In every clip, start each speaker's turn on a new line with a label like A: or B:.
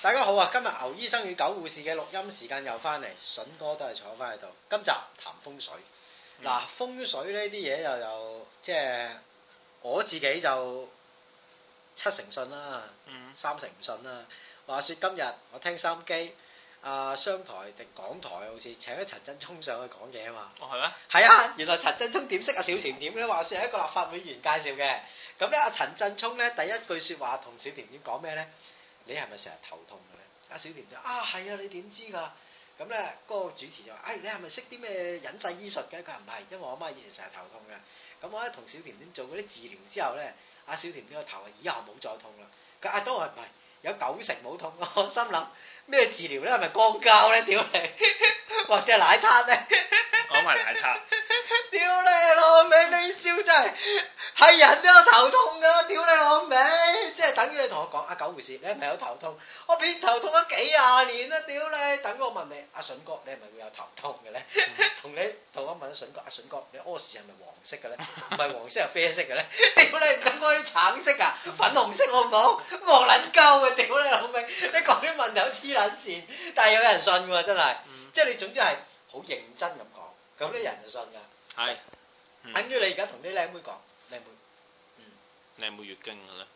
A: 大家好啊！今日牛醫生與狗護士嘅錄音時間又翻嚟，筍哥都係坐翻喺度。今集談風水，嗱、風水呢啲嘢又又即係我自己就七成信啦，
B: 嗯
A: 三成唔信啦。話說今日我聽收音機，啊、商台定港台好似請咗陳振聰上去講嘢啊嘛。
B: 哦係咩？
A: 係啊，原來陳振聰點識阿小甜甜咧？話説係一個立法會議員介紹嘅。咁咧，阿陳振聰咧第一句説話同小甜甜講咩咧？你係咪成日頭痛嘅咧？阿小甜甜啊，係啊，你點知㗎？咁咧，嗰、個主持就話：，哎，你係咪識啲咩隱世醫術嘅？佢話唔係，因為我媽以前成日頭痛嘅。咁我咧同小甜甜做嗰啲治療之後咧，阿小甜甜個頭啊以後冇再痛啦。佢阿當然唔係，有九成冇痛。我心諗咩治療咧？係咪光膠咧？屌你，或者係奶攤咧？
B: 講埋奶茶，
A: 屌你老味！呢招真係係人都有頭痛噶，屌你老味！即係等於你同我講阿九回事，你係咪有頭痛？我邊頭痛咗幾廿年啦，屌你！等我問你，阿筍哥，你係咪會有頭痛嘅咧？同你同我問阿筍哥，阿筍哥，你屙屎係咪黃色嘅咧？唔係黃色係啡色嘅咧？屌你唔通嗰啲橙色啊、粉紅色好唔好？戇撚鳩嘅，屌你老味！你講啲問題好黐撚線，但係有人信喎，真係，即係你總之係好認真咁講，咁啲人就信㗎。
B: 係嗯
A: 等於你而家同啲靚妹講，靚妹，
B: 你有冇月經嘅咧？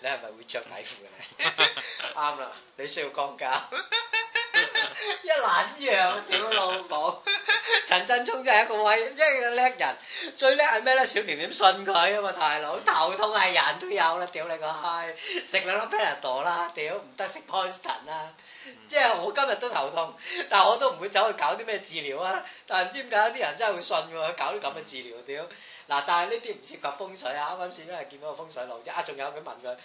A: 你係咪會着底褲嘅咧？啱啦，你需要降價， 一懶樣，屌老母！陳振聰真係一個威，一個叻人，最叻係咩咧？小甜甜信佢啊嘛，大佬頭痛係人都有啦，屌你個閪！食兩粒 Panadol 啦，屌唔得食 Poison 啦，即係我今日都頭痛，但係我都唔會走去搞啲咩治療啊！但係唔知點解有啲人真係會信喎，搞啲咁嘅治療，屌！嗱，但係呢啲唔涉及風水啊！啱啱先都係見到個風水佬啫，啊，仲有佢問佢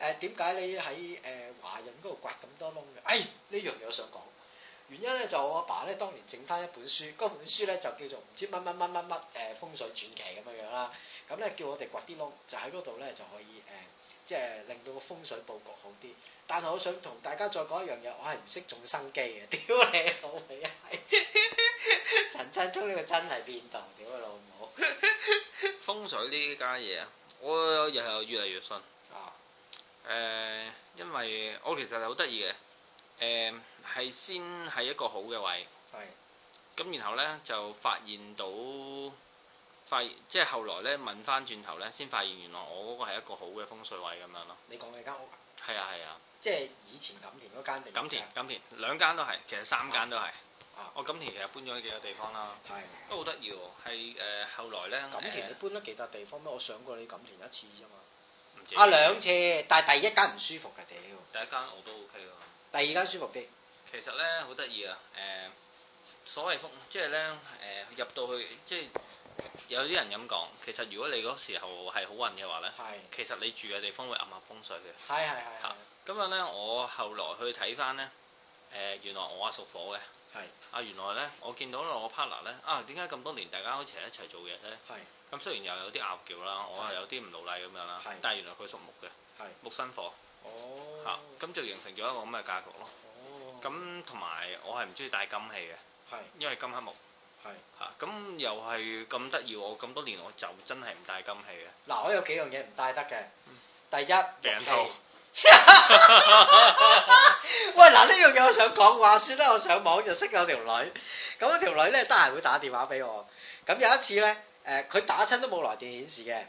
A: 誒點解你喺誒、華人嗰度刮咁多窿嘅？哎，呢樣嘢我想講，原因咧就我阿爸咧當年整翻一本書，嗰本書咧就叫做唔知乜乜乜乜乜誒風水傳奇咁樣樣啦。咁咧叫我哋掘啲窿，就喺嗰度咧就可以誒、即係令到個風水佈局好啲。但係我想同大家再講一樣嘢，我係唔識種生機嘅， 屌你老味啊！係 陳振聰呢個真係變動，屌佢老母
B: 風水呢家嘢啊，我又係越嚟越信。誒、
A: 啊！
B: 因為我其實係好得意嘅，誒、係先係一個好嘅位，
A: 係
B: 咁然後咧就發現到。發現即係後來咧問翻轉頭咧，先發現原來我嗰個係一個好嘅風水位咁樣咯。
A: 你講你間屋啊，
B: 係啊係啊，
A: 即係以前錦田嗰間定
B: 錦田錦田兩間都係，其實三間都係
A: 啊。
B: 我錦田其實搬咗幾個地方啦，
A: 係
B: 都好得意喎。係誒、後來咧
A: 錦田，你
B: 誒
A: 搬得幾笪地方咩？我上過你錦田一次啫嘛，
B: 唔知
A: 啊兩次，但係第一間唔舒服㗎，屌！
B: 第一間我都 OK 咯。
A: 第二間舒服啲，
B: 其實咧好得意啊！誒、所謂風，即係咧誒入到去，即係有啲人咁講。其實如果你嗰時候係好運嘅話咧，
A: 係
B: 其實你住嘅地方會暗合風水嘅。
A: 係係係係
B: 嚇咁樣咧，我後來去睇翻咧，誒、原來我係屬火嘅。
A: 係
B: 啊，原來咧，我見到我 partner 咧，啊，點解咁多年大家好似係一齊做嘢咧？
A: 係
B: 咁雖然又有啲拗撬啦，我啊係有啲唔老禮咁樣啦
A: 係，
B: 但係原來佢屬木嘅，
A: 係
B: 木生火
A: 哦
B: 嚇，咁就形成咗一個咁嘅格局咯。
A: 哦
B: 咁同埋我係唔中意戴金器嘅。
A: 係
B: 因為金克木
A: 係
B: 嚇，咁、又係咁得意喎！我咁多年我就真係唔戴金器啊 嘅，
A: 嗱，我有幾樣嘢唔帶得嘅，第一
B: 病套。
A: 喂，嗱呢樣嘢我想講，話説咧，我上網就識有條女，咁嗰條女咧得閒會打電話俾我，咁有一次咧，誒、佢打親都冇來電顯示嘅，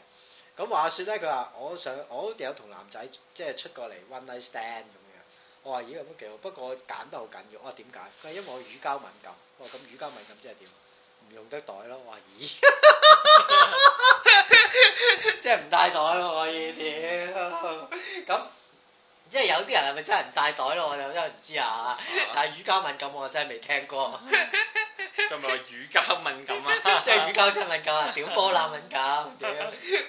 A: 咁話説咧，佢話我想我有同男仔即係出過嚟 one night stand 咁樣，我話咦咁啊都幾好，不過我揀得好緊要，我話點解？佢話因為我乳膠敏感，我話咁乳膠敏感即係點？唔用得袋咯，我話咦，即係唔帶袋咯，可以屌咁。即係有啲人係咪真係唔帶袋咯？我就真係唔知啊！但係乳膠敏感我真係未聽過，
B: 咁咪話乳膠敏感 啊！
A: 即係乳膠真敏感啊！屌波冷敏感，屌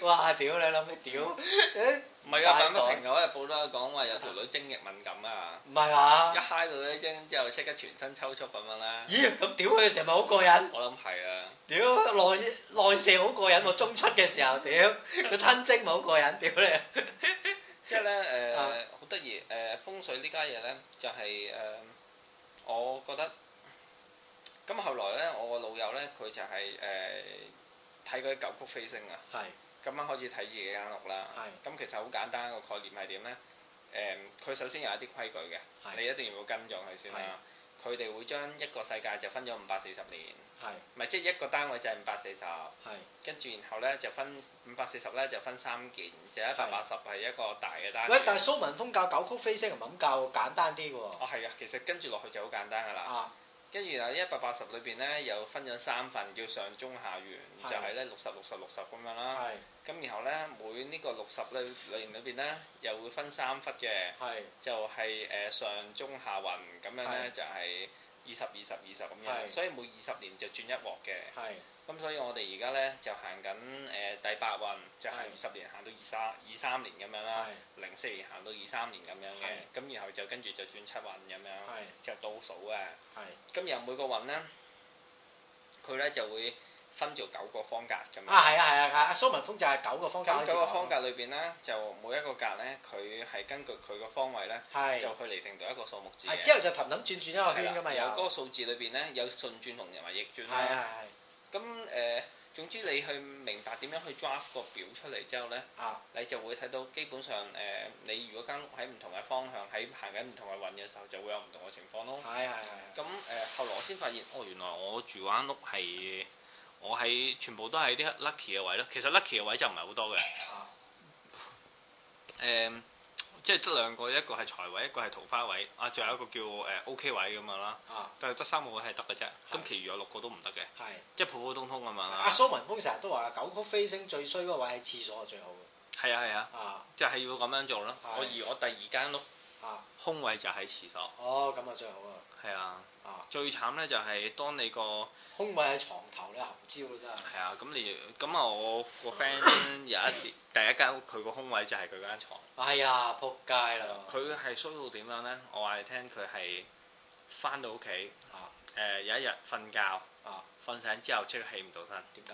A: 哇屌你諗咩屌？誒
B: 唔係啊！咁平口日報都有講話有條女精液敏感啊，
A: 唔係嘛
B: 一？嗨到呢精之後即刻全身抽搐咁樣啦。
A: 咦咁屌佢嘅時候咪好過癮？
B: 我諗係啊，
A: 屌內內射好過癮喎！中出嘅時候屌佢吞精咪好過癮？屌你！
B: 即係咧
A: 啊
B: 誒，好得意誒風水呢家嘢咧，就係、誒、我覺得咁後來咧，我個老友咧，佢就係誒睇嗰啲九曲飛星啊。
A: 係
B: 咁樣開始睇自己間屋啦。
A: 係
B: 咁其實好簡單個概念係點呢？誒、誒佢首先有一啲規矩嘅，
A: 係
B: 你一定要跟進佢先啦。佢哋會將一個世界就分咗五百四十年，唔係即係一個單位就係五百四十，跟住然後咧就分五百四十咧就分三件，就一百八十係一個大嘅單位。哦係啊，其實跟住落去就好簡單噶啦。
A: À,
B: 跟住啊，一百八十裏邊咧又分咗三份，叫上中下元，
A: 係
B: 就係咧六十六十六十咁樣啦。咁然後咧每呢個六十類類型裏邊咧，又會分三忽嘅，就係、誒上中下運咁樣咧，就係二十二十二十咁樣，
A: 係
B: 所以每二十年就轉一鑊嘅。咁所以我哋而家咧就行緊誒第八運，就係
A: 係
B: 二十年行到二三二三年咁樣啦，零四年行到二三年咁樣嘅，咁然後就跟住就轉七運咁樣，就倒數嘅。咁由每個運咧，佢咧就會分做九個方格咁
A: 啊
B: 樣。咁九個方格裏邊咧，就每一個格咧，佢係根據佢個方位咧，就去嚟定到一個數目字嘅。係啦有嗰個數字裏邊咧，有順轉同埋逆轉啦。
A: 啊
B: 咁誒、呃，總之你去明白點樣去 draft 個表出嚟之後咧，你就會睇到基本上誒、呃你如果間屋喺唔同嘅方向，喺行緊唔同嘅運嘅時候，就會有唔同嘅情況
A: 啊
B: 咯。咁誒、呃，後來我先發現，哦，原來我住間屋係我喺全部都係啲 lucky 嘅位咯。其實 lucky 嘅位就唔係好多嘅。誒、
A: 啊
B: 即係得兩個，一個係財位，一個係桃花位，啊，仲有一個叫誒、呃 OK 位咁樣啦。
A: 啊
B: 但係得三個位係得嘅啫，咁
A: 係啊
B: 其餘有六個都唔得嘅，即係普普通通咁樣啦。係啊係啊，就係要咁樣做咯。
A: 係
B: 我而我第二間屋
A: 啊
B: 空位就喺廁所，
A: 哦
B: 係啊。
A: 啊
B: 最慘咧就係當你個
A: 空位喺床頭咧，含招真係。
B: 係啊，咁你咁啊，我個 friend 有一年 第一間屋，佢個空位就係佢間床。
A: 哎呀，撲街啦！
B: 佢係衰到點樣咧？我話你聽，佢係翻到屋企，誒、
A: 啊
B: 有一日瞓覺，瞓、
A: 啊
B: 醒之後即刻起唔到身，
A: 點解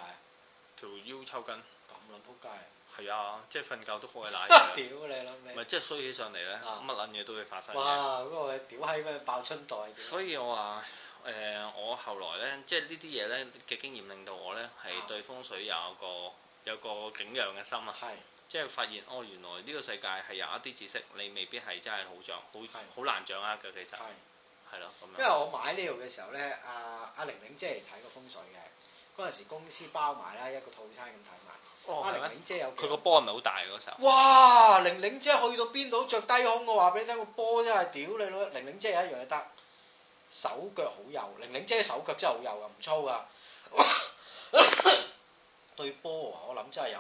B: 條腰抽筋，
A: 咁撚 撲街？
B: 係啊，即係瞓覺都可 以賴嘢，
A: 屌你老味！
B: 咪即係衰起上嚟咧，
A: 啊
B: 乜撚嘢都會發生嘅。
A: 哇！嗰個屌閪咩爆春袋嘅。
B: 所以我話誒、我後來咧，即係呢啲嘢咧嘅經驗令到我咧係
A: 啊
B: 對風水有個有個景仰嘅心啊。
A: 係
B: 即係發現哦，原來呢個世界係有一啲知識你未必係真係好掌好
A: 係
B: 好難掌握嘅，其實
A: 係，
B: 係咯咁
A: 因為
B: 樣。
A: 我買呢度嘅時候咧，阿阿玲玲姐嚟睇過風水嘅，嗰陣時公司包埋啦，一個套餐咁睇埋。阿
B: 哦係
A: 玲
B: 咩？
A: 玲姐有幾
B: 佢個波係咪好大嗰時候？
A: 哇！玲玲姐去到邊度着低胸，我話俾你聽，個波真係屌你老！玲玲姐有一樣嘢得，手腳好幼。玲玲姐手腳真係好幼噶，唔粗 噶。對波啊，我諗真係有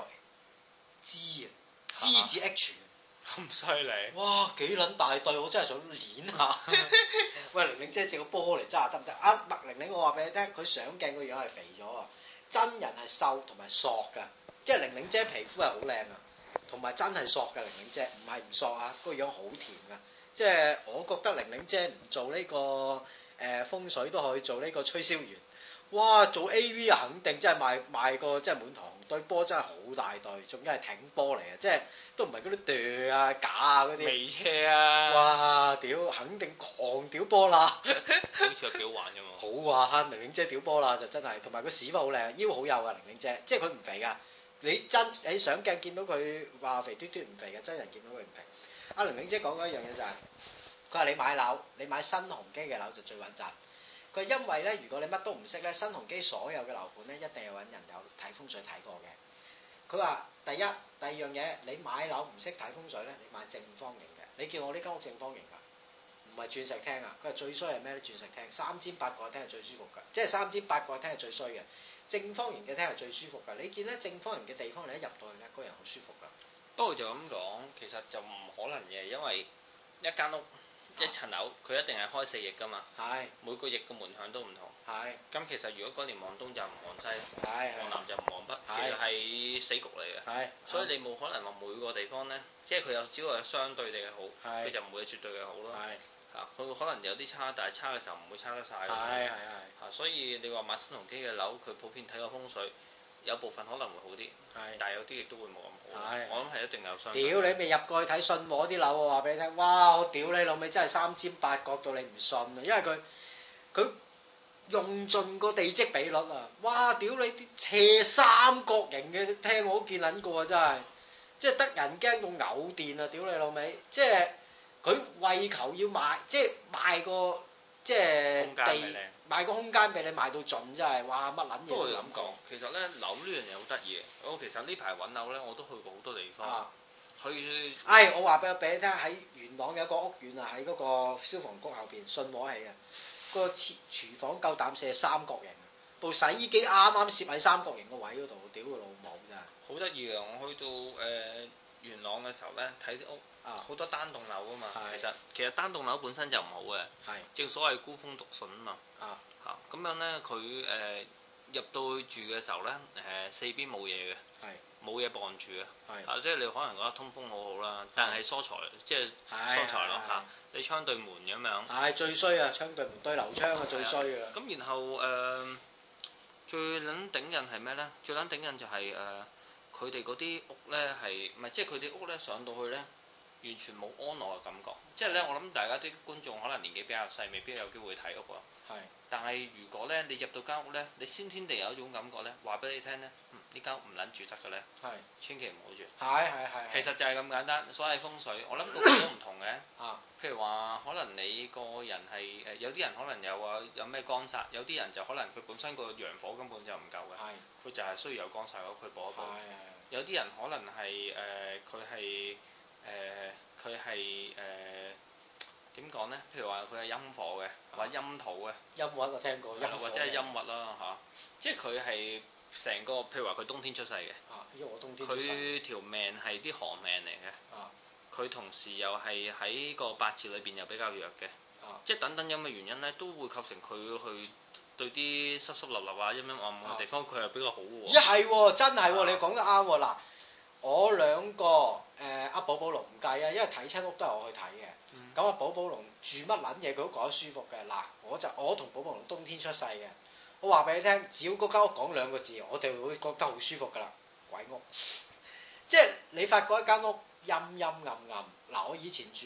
A: G 啊，G 字 H。
B: 咁犀利！
A: 哇！幾撚大對，我真係想攣下。 喂，玲玲姐借個波嚟揸下得唔得？啊，麥玲玲，我話俾你聽，佢上鏡個樣係肥咗啊，真人係瘦同埋索㗎，即係玲玲姐皮膚係好靚啊，同埋真係索㗎玲玲姐，唔係唔索啊，個樣好甜㗎。即係我覺得玲玲姐唔做呢、個誒、呃、風水都可以做呢個吹簫員。哇！做 A.V. 啊，肯定真係賣賣個真係滿堂紅，對波真係好大對，仲要係挺波嚟嘅，即係都唔係嗰啲哚啊、假啊嗰啲。
B: 未車啊，
A: 哇！屌，肯定狂屌波啦，
B: 好似有幾好玩啫嘛。
A: 好啊！玲玲姐屌波啦就真係，同埋個屎忽好靚，腰好幼啊！玲玲姐，即係佢唔肥噶。你真你上鏡見到佢話肥嘟嘟唔肥嘅，真人見到佢唔肥。阿玲玲姐講嗰一樣嘢就係、佢話你買樓，你買新鴻基嘅樓就最穩陣。佢話因為咧，如果你乜都唔識咧，新鴻基所有嘅樓盤咧，一定係揾人有睇風水睇過嘅。佢話第一、第二樣嘢，你買樓唔識睇風水咧，你買正方形嘅。你叫我呢間屋正方形㗎？唔係鑽石廳啊！佢話最衰係咩咧？鑽石廳三尖八角嘅廳係最舒服㗎，即係三尖八角嘅廳係最衰嘅。正方形嘅廳係最舒服㗎。你見咧正方形嘅地方，你一入到去咧，個人好舒服㗎。
B: 不過就咁講，其實就唔可能嘅，因為一間屋
A: 啊
B: 一層樓，佢一定係開四翼噶嘛，
A: 係
B: 每個翼嘅門向都唔同。
A: 係
B: 咁其實如果嗰年望東就唔望西，
A: 係
B: 望南就唔望北，其
A: 係
B: 實係死局嚟嘅。
A: 係，
B: 所以你冇可能話每個地方咧，即係佢有只會有相對地嘅好，
A: 係
B: 佢就唔會有絕對嘅好咯。
A: 係
B: 嚇，佢會可能有啲差，但係差嘅時候唔會差得晒。
A: 係係係。
B: 嚇，所以你話買新鴻基嘅樓，佢普遍睇個風水，有部分可能會好啲，
A: 係
B: 但係有啲亦都會冇咁好
A: 係。
B: 我諗係一定有相對。
A: 屌你咪入過去睇信和啲樓，我啊話俾你聽，哇！我屌你老味，真係三尖八角到你唔信啊！因為佢佢用盡個地積比率啊！哇！屌你啲斜三角形嘅廳我都見撚過啊！真係，即係得人驚到嘔電啊！屌你老味，即係為求要賣，即係賣個即係
B: 空間俾
A: 地
B: 你。
A: 賣個空間俾你賣到盡，真係哇乜撚嘢
B: 不過
A: 都
B: 又
A: 諗
B: 咁講
A: 過，
B: 其實咧樓呢樣嘢好得意嘅。我其實呢排揾樓咧，我都去過好多地方。
A: 啊！
B: 去
A: 唉，我話俾俾你聽，喺元朗有個屋苑啊，喺嗰個消防局後邊信和起啊，個廚廚房夠膽射三角形，部洗衣機啱啱攝喺三角形個位嗰度，屌佢老母真 係
B: 好得意嘅，我去到誒、呃元朗嘅時候咧，睇啲屋
A: 啊！
B: 好多單棟樓啊嘛。
A: 係
B: 其實其實單棟樓本身就唔好嘅，
A: 係
B: 正所謂孤峰獨信啊嘛。
A: 啊
B: 嚇咁樣咧，佢誒、呃入到去住嘅時候咧，誒、四邊冇嘢嘅，
A: 係
B: 冇嘢傍住嘅。
A: 係
B: 啊，即係你可能覺得通風好好啦，但係疏財即係疏財咯嚇，你窗對門咁樣。
A: 唉，最衰啊！槍對門對流槍啊，最衰啊！
B: 咁然後誒、呃最撚頂人係咩咧？最撚頂人就係、誒，呃佢哋嗰啲屋咧係唔係即係佢哋屋咧上到去咧，完全冇安樂嘅感覺。即係咧，我諗大家啲觀眾可能年紀比較細，未必有機會睇屋啊。
A: 係
B: 但係如果咧你入到間屋咧，你先天地有一種感覺咧，話俾你聽咧，嗯呢間屋唔撚住得嘅咧，
A: 係
B: 千祈唔好住。
A: 係係係。
B: 其實就係咁簡單，所謂風水，我諗個個都唔同嘅。
A: 啊
B: 譬如話，可能你個人係誒，有啲人可能有啊，有咩乾煞，有啲人就可能佢本身個陽火根本就唔夠嘅，
A: 係
B: 佢就係需要有乾煞嗰佢補一補。
A: 係
B: 有啲人可能係誒，佢係誒，佢係誒點講呢？譬如話佢係陰火嘅，或者陰土嘅，
A: 音韻我聽過，音
B: 啊或者係陰物啦嚇，即係佢係成個譬如話佢冬天出世嘅。
A: 啊，因為我冬天出世
B: 佢條命係啲寒命嚟嘅
A: 啊，
B: 佢、同時又係喺個八字裏邊又比較弱嘅，
A: 啊
B: 即係等等咁嘅原因咧，都會構成佢去對啲濕濕立立啊、陰陰暗暗嘅地方，佢係比較好嘅
A: 一
B: 喎。
A: 係喎，真係喎，
B: 啊
A: 你講得啱喎嗱。我兩個誒阿寶寶龍唔計啊，因為睇親屋都係我去睇
B: 嗯
A: 嘅。咁阿寶寶龍住乜撚嘢佢都講得舒服嘅。嗱，我就我同寶寶龍冬天出世嘅，我話俾你聽，只要嗰間屋講兩個字，我哋會覺得好舒服噶啦。鬼屋， 即係你發覺一間屋陰陰暗暗。嗱，我以前住誒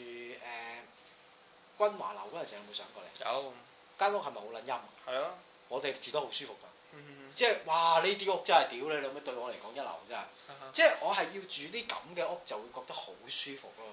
A: 君華樓嗰陣時有冇上過嚟？
B: 有
A: 間屋係咪好撚陰？
B: 係啊，
A: 我哋住得好舒服㗎。
B: 嗯
A: 即係哇！呢啲屋真係屌你老味，對我嚟講一流真係。
B: 嗯
A: 即係我係要住啲咁嘅屋就會覺得好舒服咯。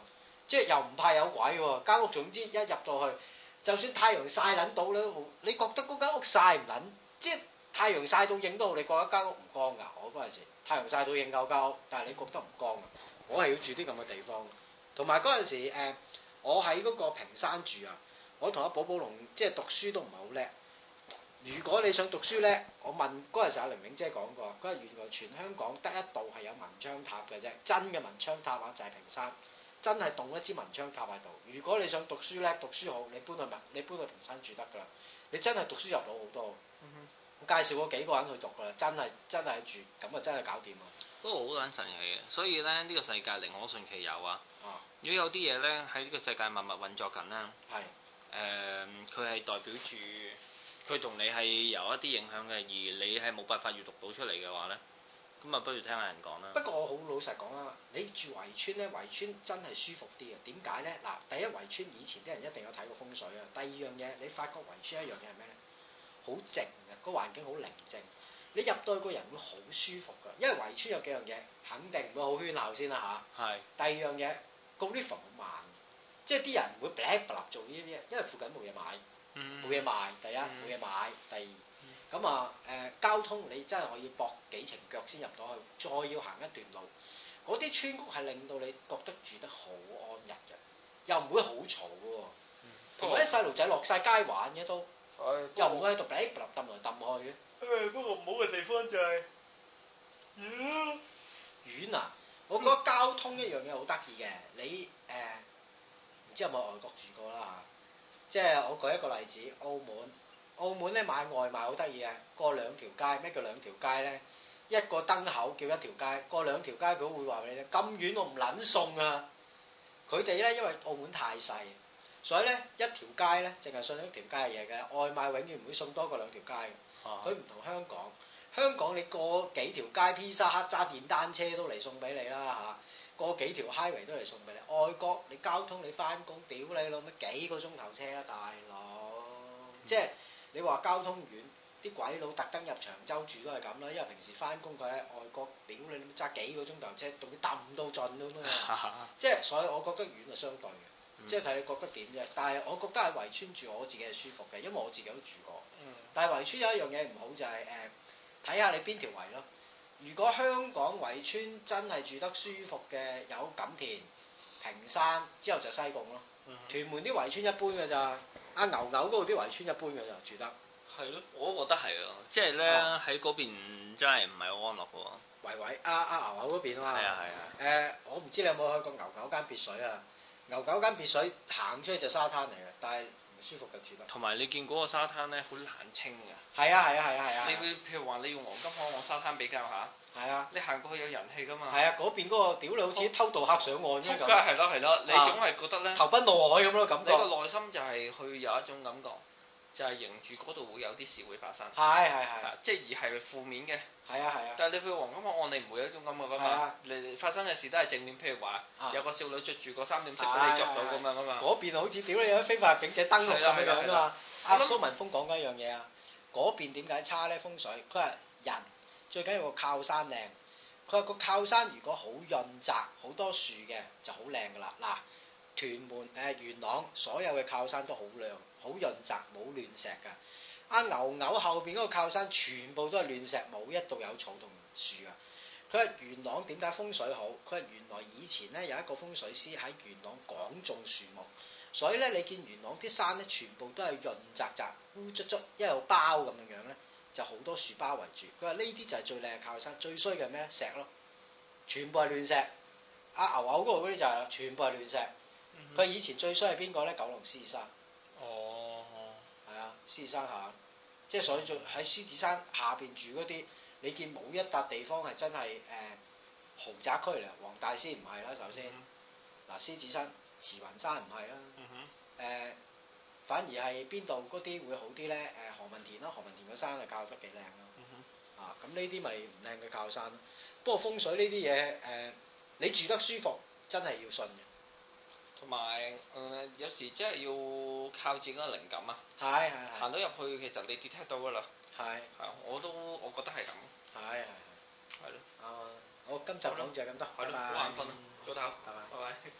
A: 即係又唔怕有鬼喎，間屋總之一入到去，就算太陽曬撚到咧，你覺得嗰間屋曬唔撚，即係太陽曬到影到你覺得間屋唔光㗎。我嗰陣時太陽曬到影夠間屋，但係你覺得唔光㗎。我係要住啲咁嘅地方，同埋嗰陣時、呃、我喺嗰個平山住啊，我同阿寶寶龍即係讀書都唔係好叻。如果你想讀書呢，我問嗰陣時阿玲玲姐講過，嗰日原來全香港得一度係有文昌塔嘅啫，真嘅文昌塔啊，就係、平山，真係棟一支文昌塔喺度。如果你想讀書叻、讀書好，你搬去文，你搬去平山住得㗎啦。你真係讀書入腦好多。
B: 嗯
A: 我介紹過幾個人去讀㗎啦，真係真係住，咁啊真係搞掂啊！
B: 不過好撚神奇嘅，所以咧呢個世界寧可信其有啊
A: 啊。
B: 如果有啲嘢咧喺呢個世界默默運作緊咧，
A: 係
B: 誒佢係代表住佢同你係有一啲影響嘅，而你係冇辦法閲讀到出嚟嘅話咧，咁啊不如聽下人講啦。
A: 不過我好老實講啦，你住圍村咧，圍村真係舒服啲嘅。啊點解咧？嗱，第一圍村以前啲人一定有睇過風水啊。第二樣嘢，你發覺圍村一樣嘢係咩咧？好靜嘅，個環境好寧靜。你入到去個人會好舒服㗎，因為圍村有幾樣嘢，肯定唔會好喧鬧先啦
B: 係。
A: 吓，第二樣嘢，個 lift 好慢，即係啲人唔會 black 做呢啲嘢，因為附近冇嘢買。冇嘢賣，第一
B: 嗯
A: 冇嘢買，第二咁啊誒交通你真係可以搏幾程腳先入到去，再要行一段路。嗰啲村屋係令到你覺得住得好安逸嘅，又唔會好嘈嘅喎，同埋啲細路仔落晒街玩嘅都，哎
B: 哎
A: 又唔會喺度噼啪揼嚟揼去嘅。
B: 不過唔好嘅地方就係，妖
A: 遠啊！我覺得交通一樣嘢好得意嘅，你誒唔、知有冇外國住過啦即係我舉一個例子，澳門，澳門咧買外賣好得意嘅，啊過兩條街，咩叫兩條街咧？一個燈口叫一條街，過兩條街佢會話俾你聽，咁遠我唔撚送啊！佢哋咧因為澳門太細，所以咧一條街咧淨係信一條街嘅嘢嘅，外賣永遠唔會送多過兩條街嘅。佢
B: 哦
A: 唔同香港，香港你過幾條街披薩黑揸電單車都嚟送俾你啦嚇、過幾條 highway 都嚟送俾你。外國你交通你翻工，屌你老味幾個鐘頭車啦，大佬！即係你話交通遠，啲鬼佬特登入長洲住都係咁啦，因為平時翻工佢喺外國，屌你 老味揸幾個鐘頭車，仲要揼到盡咁啊！即係所以我覺得遠係相對嘅。即係睇你覺得點啫。但係我覺得喺圍村住我自己係舒服嘅，因為我自己都住過。但係圍村有一樣嘢唔好就係、誒，睇下你邊條圍咯。如果香港圍村真係住得舒服嘅，有錦田、平山之後就西貢咯。屯門啲圍村一般嘅咋，阿牛牛嗰度啲圍村一般嘅咋，住得。
B: 係咯，我都覺得係啊，即係咧
A: 哦
B: 喺嗰邊真係唔係好安樂嘅喎。
A: 維維啊啊牛牛嗰邊啊嘛。
B: 係啊係啊。
A: 誒、我唔知你有冇去過牛牛間別墅啊？牛牛間別墅行出去就沙灘嚟嘅，但係唔舒服嘅住得。
B: 同埋你見嗰個沙灘咧，好冷清㗎。
A: 係啊係啊係啊係啊
B: 你。會譬如話你用黃金海岸沙灘比較下，
A: 係啊。
B: 你行過去有人氣㗎嘛。
A: 係啊，嗰邊嗰個屌你好似偷渡客上岸
B: 撲
A: 咁
B: 街
A: 樣
B: 係咯係咯，你總係覺得咧
A: 咁，，投奔怒海咁咯感
B: 你
A: 覺。
B: 個內心就係去有一種感覺，就係迎住嗰度會有啲事會發生，
A: 係係係
B: 啊即係而係負面嘅。
A: 係啊係啊。
B: 但係你去黃金海岸，你唔會有一種感覺㗎
A: 係
B: 嘛
A: 啊。
B: 你發生嘅事都係正面，譬如話
A: 啊
B: 有個少女着住個三點式俾你着到咁樣㗎嘛。
A: 嗰邊好似屌你有非法入境者登陸咁樣樣
B: 啊係啦係啦係
A: 㗎嘛
B: 啦。
A: 阿
B: 我諗
A: 蘇文峰講緊一樣嘢啊，嗰邊點解差咧風水？佢話人最緊要個靠山靚。佢話個靠山如果好潤澤、好多樹嘅就好靚㗎啦。嗱，屯門誒、元朗所有嘅靠山都好靚、好潤澤，冇亂石㗎。阿牛牛後邊嗰個靠山全部都係亂石，冇一度有草同樹㗎。佢話元朗點解風水好？佢話原來以前咧有一個風水師喺元朗講中樹木，所以咧你見元朗啲山咧全部都係潤澤澤、烏卒卒一路包咁樣樣咧，就好多樹包圍住。佢話呢啲就係最靚嘅靠山，最衰嘅係咩咧？石咯，全部係亂石。阿牛牛嗰度嗰啲就係啦，全部係亂石。
B: 嗯
A: 佢以前最衰係邊個咧？九龍獅山。
B: 哦，
A: 係啊，獅子山下，即係所以就喺獅子山下邊住嗰啲，你見冇一笪地方係真係誒、呃豪宅區嚟，啊黃大仙唔係啦，首先嗱、獅子山、慈雲山唔係啦，
B: 嗯哼，
A: 誒、反而係邊度嗰啲會好啲咧？誒、何文田啦，何文田個山係啊教得幾靚啦，
B: 嗯哼。
A: 啊咁呢啲咪唔靚嘅教山咯。不過風水呢啲嘢誒，你住得舒服真係要信嘅，
B: 同埋誒，有時真係要靠自己嘅靈感啊！
A: 係係係
B: 行到入去，其實你 detect 到噶啦。
A: 係
B: 係，啊我都我覺得係咁，
A: 係係
B: 係咯，
A: 啱啊！好，今集講就係咁多，
B: 係
A: 拜
B: 咯，
A: 拜，
B: 好眼瞓啊，早唞，
A: 拜拜。
B: 拜拜。